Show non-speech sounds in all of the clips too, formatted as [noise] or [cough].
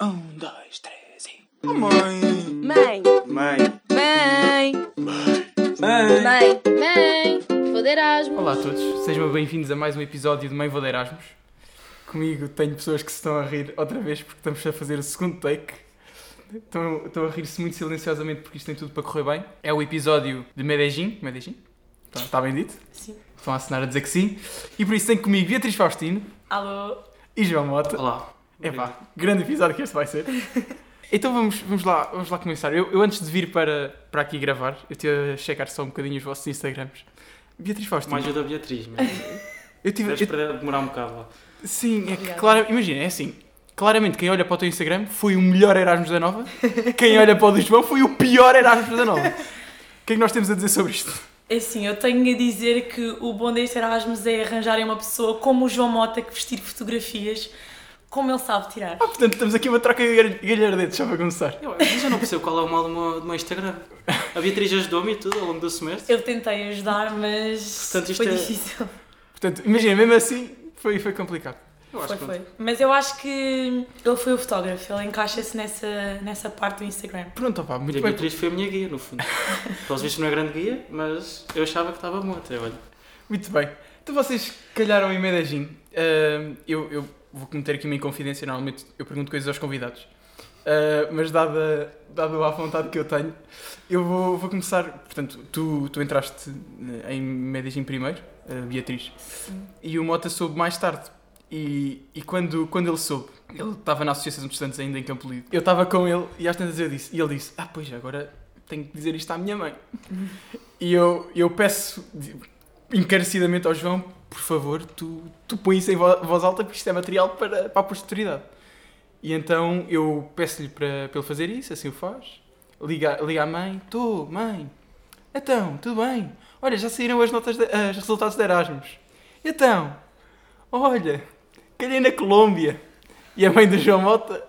Um, dois, três e. Oh, mãe! Mãe, Mãe! mãe, Mãe! mãe, mãe, vou de Erasmo. Olá a todos, sejam bem-vindos a mais um episódio do Mãe Vou de Erasmus. Comigo tenho pessoas que se estão a rir outra vez porque estamos a fazer o segundo take. Estão, estão a rir-se muito silenciosamente porque isto tem tudo para correr bem. É o episódio de Medellín. Medellín? Está, está bem dito? Sim. Estão a assinar a dizer que sim. E por isso tenho comigo Beatriz Faustino Alô. e João Mota. Olá. Epá, grande episódio que este vai ser. Então vamos, vamos, lá, vamos lá começar. Eu, eu antes de vir para, para aqui gravar, eu estive a checar só um bocadinho os vossos Instagrams. Beatriz Faustino. Uma ajuda a Beatriz, mas [laughs] Eu tive, deves eu- para demorar um bocado lá. Sim, é que Obrigada. claro, imagina, é assim. Claramente, quem olha para o teu Instagram foi o melhor Erasmus da Nova. Quem olha para o do João foi o pior Erasmus da Nova. O que é que nós temos a dizer sobre isto? [laughs] É Assim, eu tenho a dizer que o bom deste Erasmus é arranjarem uma pessoa como o João Mota que vestir fotografias como ele sabe tirar. Ah, portanto, temos aqui uma troca de galhar- galhardetes, só para começar. Eu, eu já não percebo qual é o mal do meu, do meu Instagram. A Beatriz ajudou-me e tudo ao longo do semestre. Eu tentei ajudar, mas Portanto, isto foi é- difícil. Portanto, imagina, mesmo assim, foi, foi complicado. Eu acho Foi, que foi. Mas eu acho que ele foi o fotógrafo, ele encaixa-se nessa, nessa parte do Instagram. Pronto, opá, muito E a bem. Beatriz foi a minha guia, [laughs] no fundo. Pelos vistos não é grande guia, mas eu achava que estava boa até, olha. Muito bem. Então vocês calharam em Medellín. Ahm, eu, eu vou cometer aqui uma inconfidência, normalmente eu pergunto coisas aos convidados. Ah, mas dada, dada a vontade que eu tenho, eu vou, vou começar. Portanto, tu, tu entraste eh, em Medellín primeiro, a Beatriz, e o Mota soube mais tarde. E, e quando, quando ele soube, ele estava na Associação dos Estudantes ainda em Campo Lido. Eu estava com ele e às tantas eu disse, e ele disse, ah pois, agora tenho que dizer isto à minha mãe. e eu, eu peço, encarecidamente ao João, por favor, tu, tu põe isso em vo- voz alta porque isto é material para, para a posterioridade. E então eu peço-lhe para, para ele fazer isso, assim o faz. Liga, liga à mãe, tu, mãe, então, tudo bem? Olha, já saíram as notas, de, as resultados de Erasmus. Então, olha, calhei na Colômbia. E a mãe do João Mota,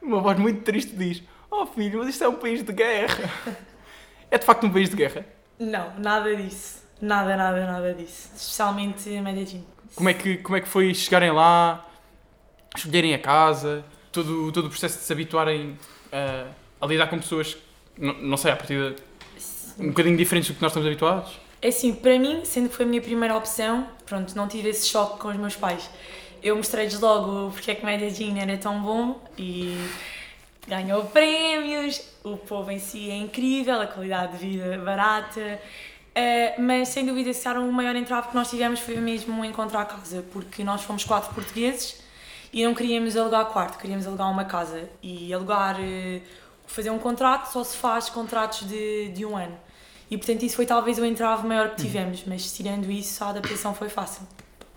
uma voz muito triste, diz, oh filho, mas isto é um país de guerra. [laughs] É de facto um país de guerra. Não, nada disso. Nada, nada, nada disso. Especialmente Medellín. Como é que, como é que foi chegarem lá, escolherem a casa, todo, todo o processo de se habituarem ah, a lidar com pessoas, não, não sei, à partida, um bocadinho diferentes do que nós estamos habituados? É assim, para mim, sendo que foi a minha primeira opção, pronto, não tive esse choque com os meus pais. Eu mostrei-lhes logo porque é que Medellín era tão bom e ganhou prémios, o povo em si é incrível, a qualidade de vida é barata, eh, mas sem dúvida, se calhar, o maior entrave que nós tivemos foi mesmo encontrar casa, porque nós fomos quatro portugueses e não queríamos alugar quarto, queríamos alugar uma casa e alugar, eh, fazer um contrato, só se faz contratos de, de um ano. E portanto, isso foi talvez o entrave maior que tivemos, mas tirando isso, a adaptação foi fácil,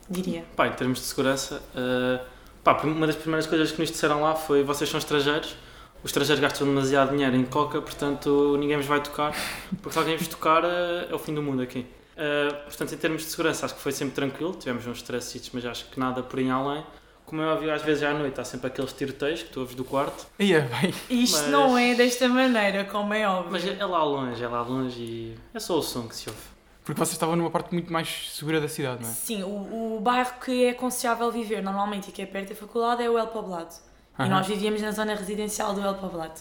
diria. Pá, em termos de segurança, eh, pá, uma das primeiras coisas que nos disseram lá foi vocês são estrangeiros, os estrangeiros gastam demasiado dinheiro em coca, portanto ninguém vos vai tocar, porque se alguém vos tocar eh, é o fim do mundo aqui. Eh, portanto, em termos de segurança, acho que foi sempre tranquilo, tivemos uns stressitos, mas acho que nada por aí além. Como é óbvio, às vezes à noite há sempre aqueles tiroteios que tu ouves do quarto, Aí é bem. Isto Mas- não é desta maneira, como é óbvio. mas é é lá longe, é lá longe e é só o som que se ouve. Porque vocês estavam numa parte muito mais segura da cidade, não é? Sim, o, o bairro que é aconselhável viver normalmente e que é perto da faculdade é o El Poblado. E Aham. nós vivíamos na zona residencial do El Poblado.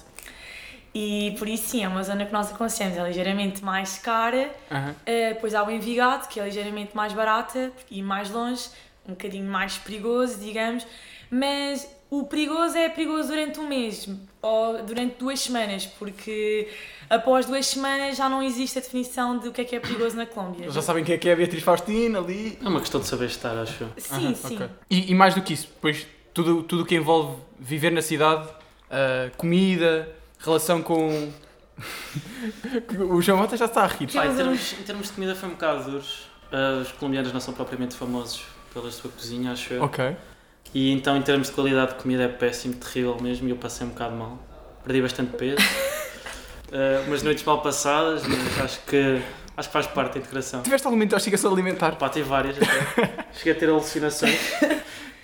E por isso sim, é uma zona que nós aconselhamos, é ligeiramente mais cara, Aham. eh, depois há o Envigado, que é ligeiramente mais barata e mais longe, um bocadinho mais perigoso, digamos, mas o perigoso é perigoso durante um mês ou durante duas semanas, porque após duas semanas já não existe a definição de o que é que é perigoso na Colômbia. Eles já sabem quem é que é a Beatriz Faustina ali. É uma questão de saber estar, acho eu. Sim, Aham, sim. Ah, ok. E, e mais do que isso, depois tudo tudo o que envolve viver na cidade, ah, comida, relação com. [laughs] o João Mota já está a rir. Pá, em, Temos termos, em termos de comida foi um bocado duros. Ah, os colombianos não são propriamente famosos pela sua cozinha, acho eu. Ok. E então, em termos de qualidade de comida, é péssimo, terrível mesmo. E eu passei um bocado mal. Perdi bastante peso. Ah, umas noites mal passadas, mas acho que, acho que faz parte da integração. Tiveste alguma intoxicação alimentar? Pá, tive várias até. Cheguei a ter alucinações.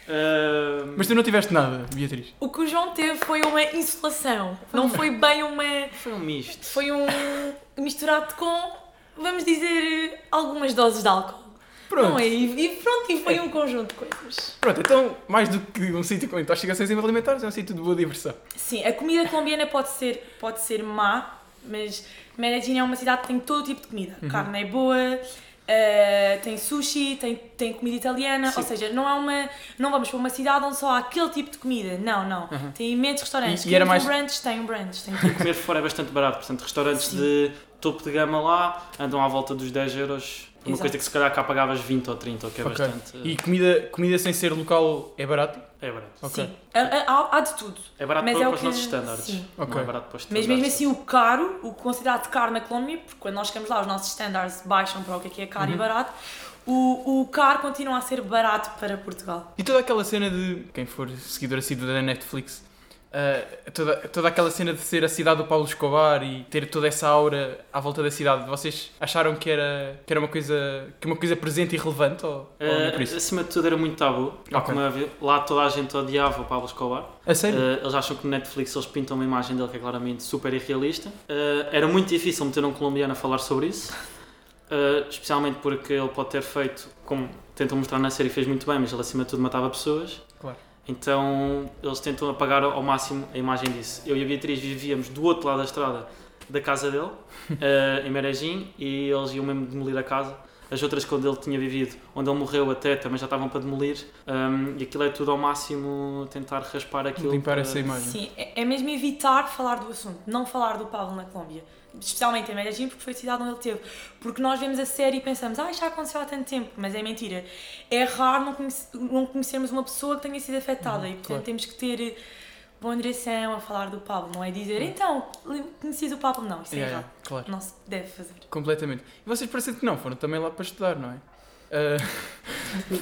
Ah, Mas tu não tiveste nada, Beatriz. O que o João teve foi uma insolação. Não foi bem uma. foi um misto. Foi um. misturado com, vamos dizer, algumas doses de álcool. Pronto. Não é? E, e pronto, e foi um conjunto de coisas. Pronto, então, mais do que um sítio com intoxicações alimentares, é um sítio de boa diversão. Sim, a comida colombiana pode ser, pode ser má, mas Medellín é uma cidade que tem todo tipo de comida. Uhum. Carne é boa, ah, tem sushi, tem, tem comida italiana, ou seja, não é uma. Não vamos para uma cidade onde só há aquele tipo de comida. Não, não. Tem imensos restaurantes. Uhum. E- e era Quem tem mais- brunch, tem um brunch, tem tudo. Comer fora é bastante barato, portanto, restaurantes Sim. de topo de gama lá andam à volta dos 10 euros. Por uma Exato. coisa que se calhar cá pagavas 20 ou 30, o que é bastante. E eh, comida, comida sem ser local é barato? É barato. [laughs] Ok. Sim. Há- Há, há de tudo. É barato Mas para, é o para os que- nossos standards. sim. Não Ok. é barato para os Mas standards. mesmo assim, o caro, o considerado caro na Colômbia, porque quando nós chegamos lá, os nossos standards baixam para o que é que é caro Uhum. e barato, o, o caro continua a ser barato para Portugal. E toda aquela cena de. Quem for seguidor assíduo da Netflix, ah, toda, toda aquela cena de ser a cidade do Paulo Escobar e ter toda essa aura à volta da cidade, vocês acharam que era, que era uma, coisa, que uma coisa presente e relevante? Ou, ou nem Eh, é por isso? acima de tudo era muito tabu. Ok. Como havia- lá toda a gente odiava o Pablo Escobar. A sério? Eh, eles acham que no Netflix eles pintam uma imagem dele que é claramente super irrealista. Eh, era muito difícil meter um colombiano a falar sobre isso, Eh, especialmente porque ele pode ter feito, como tentam mostrar na série, fez muito bem, mas ele acima de tudo matava pessoas. Claro. Então eles tentam apagar ao máximo a imagem disso. Eu e a Beatriz vivíamos do outro lado da estrada da [laughs] casa dele, eh, em Meragim, e eles iam mesmo demolir a casa. As outras que onde ele tinha vivido, onde ele morreu até, também já estavam para demolir. Ahm, e aquilo é tudo ao máximo tentar raspar aquilo. Limpar para- essa imagem. Sim, é, é mesmo evitar falar do assunto, não falar do Pablo na Colômbia. Especialmente em Medellín, porque foi a cidade onde ele teve. Porque nós vemos a série e pensamos, ah, isto já aconteceu há tanto tempo, mas é mentira. É raro não, conhece- não conhecermos uma pessoa que tenha sido afetada e, portanto, claro. temos que ter eh, boa direção a falar do Pablo, não é dizer, então, lem- conheces o Pablo? Não, isso é É, errado. claro. Não se deve fazer. Completamente. E vocês parecem que não, foram também lá para estudar, não é? Ah,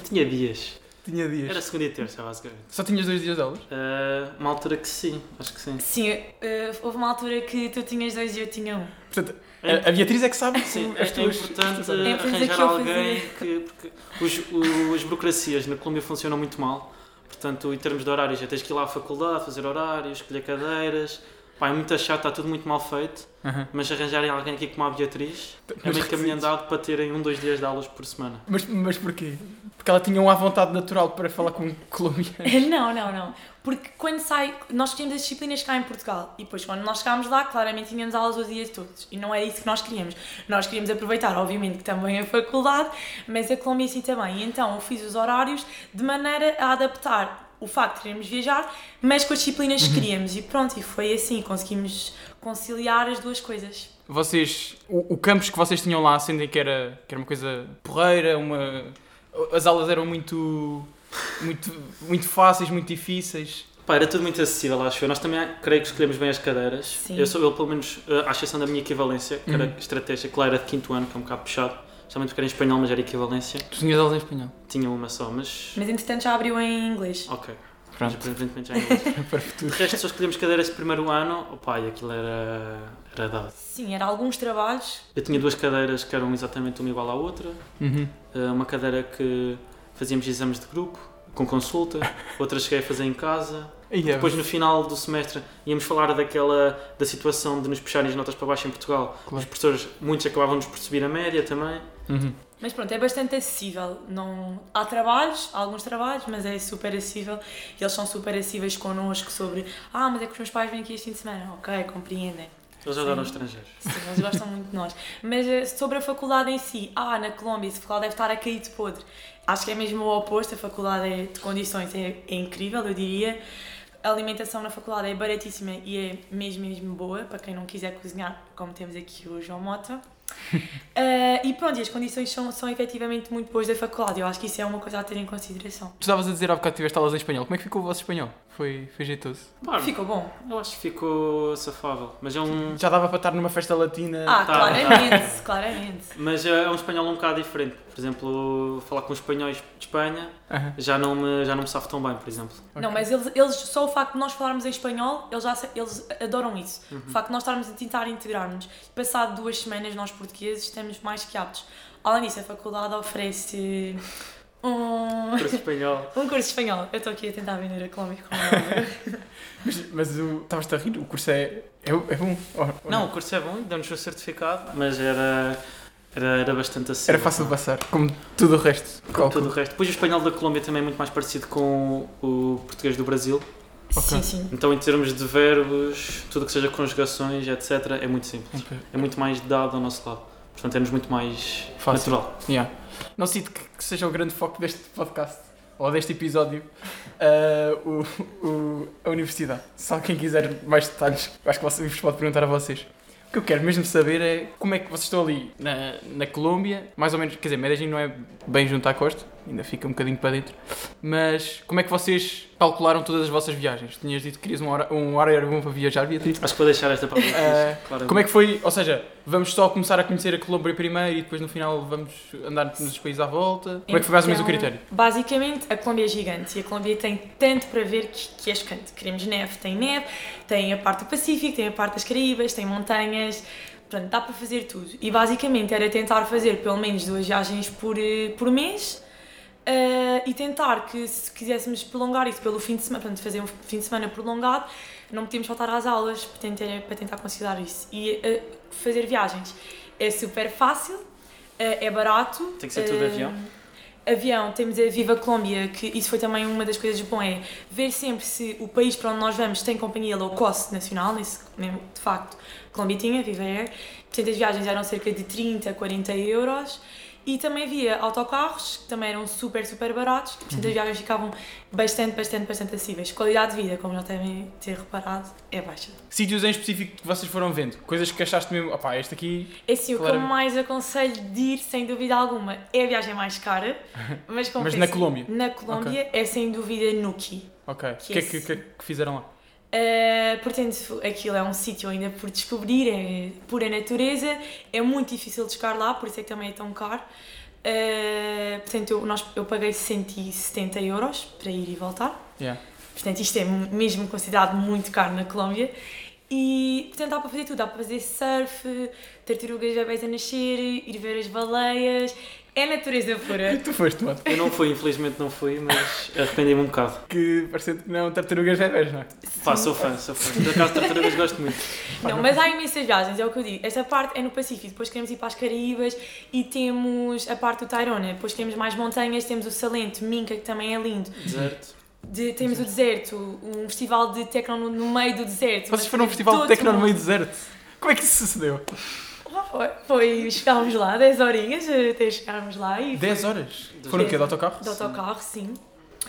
Tinha dias. tinha dias. Era segunda e terça, basicamente. Só tinhas dois dias de aulas? Ah, uma altura que sim, acho que sim. Sim, eh, houve uma altura que tu tinhas dois e eu tinha um. Portanto, É- a, a Beatriz é que sabe que Sim, é, as é tuas- importante É por isso que arranjar eu alguém que. Porque os, o- as burocracias na Colômbia funcionam muito mal. Portanto, em termos de horários, já tens que ir lá à faculdade, fazer horários, escolher cadeiras. Pá, é muito chato, está tudo muito mal feito. Aham. Mas arranjarem alguém aqui como a Beatriz é meio caminho andado para terem um, dois dias de aulas por semana. Mas, mas porquê? Porque ela tinha um à vontade natural para falar com um colombiano. não, não, não. Porque quando sai, nós tínhamos as disciplinas cá em Portugal e depois quando nós chegámos lá, claramente tínhamos aulas o dia todo e não era isso que nós queríamos. Nós queríamos aproveitar, obviamente, que também a faculdade, mas a Colômbia sim também. E então eu fiz os horários de maneira a adaptar o facto de queremos viajar, mas com as disciplinas que queríamos e pronto, e foi assim, conseguimos conciliar as duas coisas. Vocês, o, o campus que vocês tinham lá, sendo que era, que era uma coisa porreira, uma... As aulas eram muito, muito, muito fáceis, muito difíceis. Pá, era tudo muito acessível, acho eu. Nós também creio que escolhemos bem as cadeiras. Sim. Eu sou eu, pelo menos, eh, à exceção da minha equivalência, que era estratégia, que lá era de quinto ano, que é um bocado puxado. Especialmente porque era em espanhol, mas era equivalência. Tu tinhas aulas em espanhol. Tinha uma só, mas. Mas entretanto já abriu em inglês. Ok. Mas Pronto, aparentemente já é [laughs] inglês. para o futuro. De resto, só escolhemos cadeiras de primeiro ano. Opá, e aquilo era. era dado. Sim, eram alguns trabalhos. Eu tinha duas cadeiras que eram exatamente uma igual à outra. Uhum. Eh, Uma cadeira que fazíamos exames de grupo, com consulta. Outra cheguei a fazer [laughs] em casa. E é- Depois no final do semestre íamos falar daquela da situação de nos puxarem as notas para baixo em Portugal. Claro. Os professores, muitos acabavam-nos por subir a média também. Uhum. Mas pronto, é bastante acessível. Não... Há trabalhos, há alguns trabalhos, mas é super acessível. E eles são super acessíveis connosco sobre ah, mas é que os meus pais vêm aqui este fim de semana. Ok, compreendem. Eles adoram estrangeiros. Sim, eles gostam muito de nós. Mas eh, sobre a faculdade em si, ah, na Colômbia, essa faculdade deve estar a cair de podre. Acho que é mesmo o oposto, a faculdade é de condições é, é incrível, eu diria. A alimentação na faculdade é baratíssima e é mesmo, mesmo boa, para quem não quiser cozinhar, como temos aqui o João [laughs] Mota. Eh, e pronto, e as condições são, são efetivamente muito boas da faculdade, eu acho que isso é uma coisa a ter em consideração. Tu estavas a dizer há bocado que tiveste aulas em espanhol. Como é que ficou o vosso espanhol? Foi, foi jeitoso. Pá, Ficou bom? Eu acho que ficou safável. Mas é um, Já dava para estar numa festa latina. Ah, tá. claramente, claramente. mas é um espanhol um bocado diferente. Por exemplo, falar com espanhóis de Espanha Aham. já não me, já não me safo tão bem, [laughs] por exemplo. Não, mas eles, eles, só o facto de nós falarmos em espanhol, eles, já, se- eles adoram isso. O facto de nós estarmos a tentar integrar-nos. Passado duas semanas, nós portugueses estamos mais que aptos. Além disso, a faculdade oferece um, Para espanhol. um curso de espanhol. Eu estou aqui a tentar vender a Colômbia como é. Mas, mas o- estavas-te a rir? O curso é, é, é bom? Ou- ou Não, o curso é bom, deu-nos o certificado, mas era. Era, era bastante assim. Era fácil de passar, como tudo o resto. Tudo o resto. Depois o espanhol da Colômbia também é muito mais parecido com o português do Brasil. Ok. Sim, sim. Então, em termos de verbos, tudo o que seja conjugações, etc., é muito simples. Ok. É muito mais dado ao nosso lado. Portanto, é-nos muito mais Fácil. natural. Yeah. Não sinto que, que seja o grande foco deste podcast ou deste episódio ah, o- o- a universidade. Se alguém quiser mais detalhes, acho que vocês- vos pode perguntar a vocês. O que eu quero mesmo saber é como é que vocês estão ali na, na Colômbia, mais ou menos, quer dizer, Medellín não é bem junto à costa, ainda fica um bocadinho para dentro, mas como é que vocês calcularam todas as vossas viagens? Tinhas dito que querias um, hora, um horário bom para viajar, Beatriz? Acho que vou deixar esta para vocês. Ah, claramente. Como é que foi? Ou seja, vamos só começar a conhecer a Colômbia primeiro e depois no final vamos andar nos países à volta. Como é que foi mais ou menos o Então, critério? Basicamente, a Colômbia é gigante e a Colômbia tem tanto para ver que, que é chocante. Queremos neve, tem neve, tem a parte do Pacífico, tem a parte das Caraíbas, tem montanhas, portanto, dá para fazer tudo. E basicamente era tentar fazer pelo menos duas viagens por, eh, por mês eh, e tentar que se quiséssemos prolongar isso pelo fim de semana, portanto, fazer um fim de semana prolongado, não podíamos faltar às aulas portanto, era para tentar considerar isso. E eh, fazer viagens é super fácil, eh, é barato. Tem que ser tudo de eh, avião? Avião, temos a Viva Colômbia, que isso foi também uma das coisas bom é ver sempre se o país para onde nós vamos tem companhia low cost nacional, nesse, mesmo, de facto, a Colômbia tinha, Viva Air, portanto as viagens eram cerca de 30, 40 euros e também havia autocarros, que também eram super, super baratos, portanto as viagens ficavam bastante, bastante, bastante acessíveis. Qualidade de vida, como já devem ter reparado, é baixa. Sítios em específico que vocês foram vendo, coisas que achaste mesmo, opá, este aqui, É assim, o que eu Claramente. mais aconselho de ir, sem dúvida alguma, é a viagem mais [laughs] cara, mas, Mas compensa. na Colômbia? Na Colômbia é sem dúvida Nuki. ok. O Que que é esse- que, que- que fizeram lá? Uh, portanto, aquilo é um sítio ainda por descobrir, é pura natureza, é muito difícil de chegar lá, por isso é que também é tão caro. Uh, portanto, eu, nós, eu paguei 170 euros para ir e voltar. Yeah. Portanto, isto é mesmo considerado muito caro na Colômbia. E, portanto, dá para fazer tudo. Dá para fazer surf, tartarugas bebés a nascer, ir ver as baleias. É natureza [laughs] pura. [laughs] Tu foste, mano. Eu não fui, infelizmente não fui, mas arrependi-me um bocado. Que parecendo que não, tartarugas bebés, não é? Pá, sou fã, sou fã. Por acaso, tartarugas gosto muito. Não, mas há imensas viagens, é o que eu digo. Esta parte é no Pacífico, depois queremos ir para as Caraíbas e temos a parte do Tairona, depois temos mais montanhas, temos o Salento, Minca, que também é lindo. Deserto. De- temos o deserto, um festival de tecno no, no meio do deserto. Vocês mas foram a um festival de todo tecno no mundo- meio do deserto. Como é que isso sucedeu? Foi, foi, chegámos lá, 10 horinhas até chegarmos lá e 10 horas. Foram o quê? De autocarro? de autocarro, sim.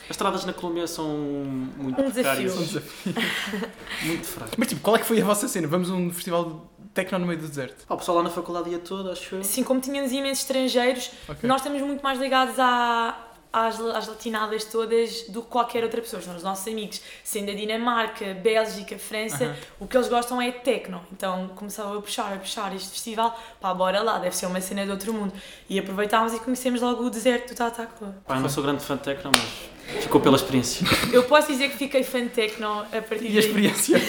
As estradas na Colômbia são muito Um desafio. precárias, São desafios. [laughs] muito fracas. Mas tipo, qual é que foi a vossa cena? Vamos a um festival de tecno no meio do deserto. Pá, o pessoal lá na faculdade ia todo, acho eu. Sim, Assim como tínhamos imensos estrangeiros, Ok. nós estamos muito mais ligados à, às, às latinadas todas do que qualquer outra pessoa. São os nossos amigos, sendo a Dinamarca, Bélgica, França, o que eles gostam é tecno. Então começava a puxar, a puxar este festival, pá, bora lá, deve ser uma cena de outro mundo. E aproveitámos e conhecemos logo o deserto do Tatacoa. Pá, eu não sou grande fã de tecno, mas ficou pela experiência. [laughs] Eu posso dizer que fiquei fã de tecno a partir E a daí. experiência?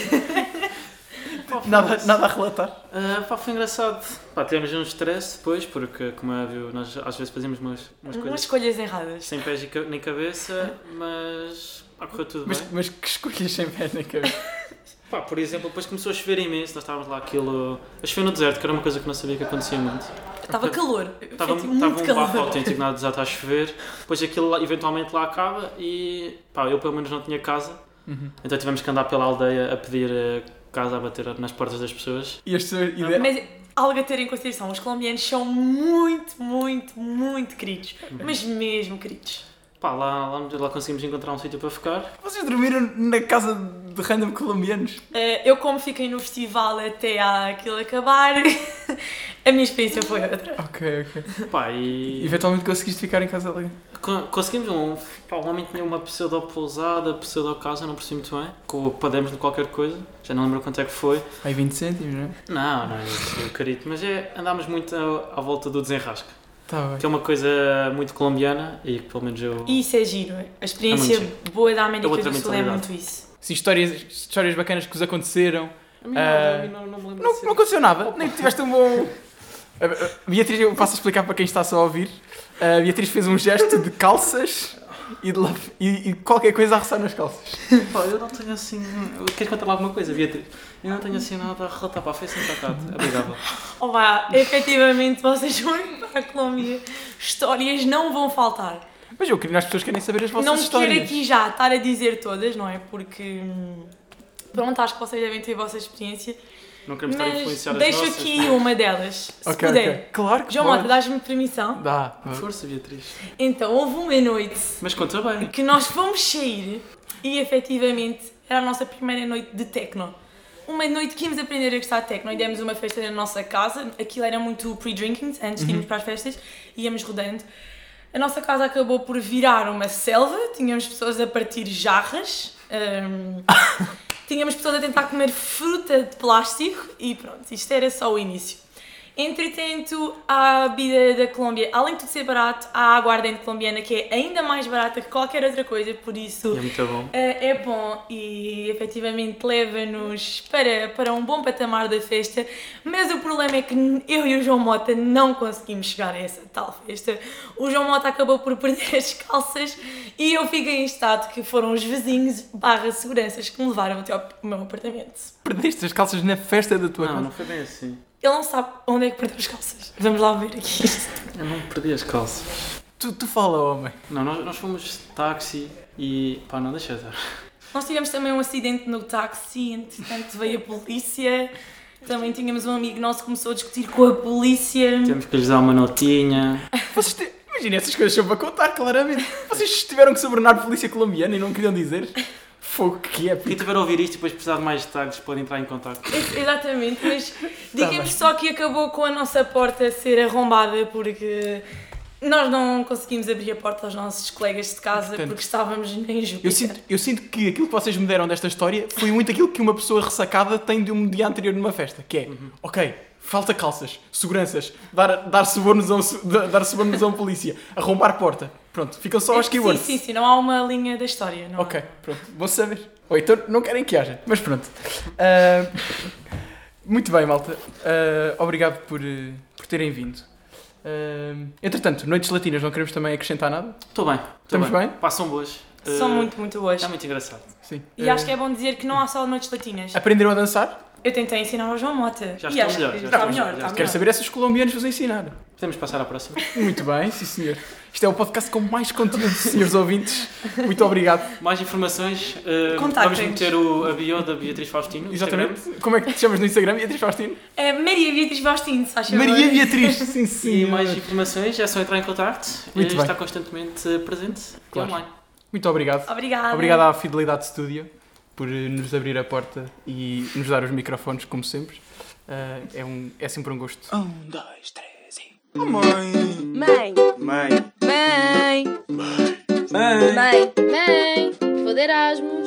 nada, nada a relatar. Ah, pá, foi engraçado. Pá, tivemos um stress depois, porque, como é óbvio, nós às vezes fazemos umas, Umas umas coisas escolhas erradas. sem pés e ca- nem cabeça, mas pá, correu tudo Mas, bem. mas que escolhas sem pés na cabeça. Pá, por exemplo, depois começou a chover imenso, nós estávamos lá aquilo... A chover no deserto, que era uma coisa que não sabia que acontecia muito. Estava calor, estava Estava, estava muito um calor. bafo autêntico nada desata a chover, depois aquilo lá- eventualmente lá acaba e pá, eu pelo menos não tinha casa, então tivemos que andar pela aldeia a pedir eh, casa a bater nas portas das pessoas. E as pessoas. e de- Mas algo a ter em consideração, os colombianos são muito, muito, muito queridos. Mas mesmo queridos. Pá, lá, lá, lá conseguimos encontrar um sítio para ficar. Vocês dormiram na casa de random colombianos? Eh, eu, como fiquei no festival até aquilo acabar, [laughs] a minha experiência foi outra. Ok, ok. Pá, e Eventualmente conseguiste ficar em casa ali. co- conseguimos um. Pá, o homem tinha uma pseudo-pousada, pseudo-casa, não percebi muito bem. Com pademos de qualquer coisa, já não lembro quanto é que foi. Aí 20 cêntimos, não é? Não, não é isso, eu querido, mas é. Andámos muito à, à volta do desenrasca, Tá bem. que é uma coisa muito colombiana e que pelo menos eu. E isso é giro. A experiência É muito boa da Eu América vou ter do Sul é mentalidade. muito isso. Se histórias, histórias bacanas que vos aconteceram. A mim, Ah, não, a mim não, não me lembro Não, de ser. não aconteceu nada, nem tiveste um bom. A- a- Beatriz, eu passo a explicar para quem está só a ouvir. A Beatriz fez um gesto de calças e, de lá- e- e qualquer coisa a roçar nas calças. Pá, eu não tenho assim. Queres contar lá alguma coisa, Beatriz? Eu não tenho assim nada a relatar, pá, foi sem tacado. Obrigado. Olá, efetivamente vocês vão ir para a Colômbia. Histórias não vão faltar. Mas eu queria, as pessoas querem saber as vossas não quero histórias. aqui já estar a dizer todas, não é? Porque. hum, Pronto, acho que vocês devem ter a vossa experiência. Não queremos estar a Mas influenciar as deixo nossas. aqui uma delas, se Ok, puder. ok. Claro que João pode. Mota, dás-me permissão? Dá. Força, Beatriz. Então, houve uma noite Mas conta bem. que nós fomos sair e efetivamente era a nossa primeira noite de techno. Uma noite que íamos aprender a gostar de techno e demos uma festa na nossa casa. Aquilo era muito pre-drinking, antes Uhum. de irmos para as festas, íamos rodando. A nossa casa acabou por virar uma selva, tínhamos pessoas a partir jarras, hum, [laughs] tínhamos pessoas a tentar comer fruta de plástico e pronto, isto era só o início. Entretanto, a bebida da Colômbia, além de tudo ser barato, há a aguardente colombiana que é ainda mais barata que qualquer outra coisa, por isso É muito bom. eh, é bom e efetivamente leva-nos para, para um bom patamar da festa, mas o problema é que eu e o João Mota não conseguimos chegar a essa tal festa. O João Mota acabou por perder as calças e eu fiquei em estado que foram os vizinhos barra seguranças que me levaram até ao meu apartamento. Perdeste as calças na festa da tua Não, Ah. casa. não foi bem assim. Ele não sabe onde é que perdeu as calças. Vamos lá ver aqui isto. Eu não perdi as calças. Tu, tu fala, homem. Não, nós, nós fomos de táxi e. pá, não deixa estar. Nós tivemos também um acidente no táxi, entretanto veio a polícia. Também tínhamos um amigo nosso que começou a discutir com a polícia. Temos que lhes dar uma notinha. Vocês te... Imagina, essas coisas são para contar, claramente. Vocês tiveram que sobrenar polícia colombiana e não queriam dizer? Fogo que é, Quem pito. tiver a ouvir isto e depois precisar de mais detalhes pode entrar em contato. Ex- Exatamente, mas Tá bem. digamos só que acabou com a nossa porta a ser arrombada porque nós não conseguimos abrir a porta aos nossos colegas de casa Portanto, porque estávamos em Júpiter. Eu sinto, eu sinto que aquilo que vocês me deram desta história foi muito aquilo que uma pessoa ressacada tem de um dia anterior numa festa, que é, ok, falta calças, seguranças, dar, dar, subornos a um, su- da- dar subornos a um polícia, arrombar porta. Pronto, ficam só aos Sim, keywords. sim, sim, não há uma linha da história, não há. Ok, pronto, vão saber. Ou então não querem que haja, mas pronto. Ah, muito bem, malta. Ah, obrigado por, eh, por terem vindo. Ah, entretanto, Noites Latinas, não queremos também acrescentar nada? Estou bem. estou Estamos bem? Passam boas. São muito, muito boas. Está muito engraçado. Sim. E acho que é bom dizer que não há só noites latinas. Ah, Aprenderam a dançar? Eu tentei ensinar ao João Mota. Já e estou acho melhor, que já está melhor. estou melhor, já está Quero melhor. saber se os colombianos vos ensinaram. Podemos passar à próxima. Muito bem, sim senhor. Isto é o podcast com mais conteúdo, senhores ouvintes. Muito obrigado. Mais informações. eh, vamos Contactem-nos. meter o, a bio da Beatriz Faustino. no Instagram. Exatamente. Como é que te chamas no Instagram? Beatriz Faustino? É Maria Beatriz Bastino, se achas Maria Beatriz. Sim, E sim. eh, mais informações é só entrar em contacto. Muito Eh, bem. Está constantemente eh, presente Claro. e online. Muito obrigado. Obrigada. Obrigado à Fidelidade Studio por eh, nos abrir a porta e nos dar os microfones, como sempre. Ah, é, um, é sempre um gosto. Um, dois, três e. Mãe, Mãe, mãe, mãe, mãe. mãe, mãe, poderás-me.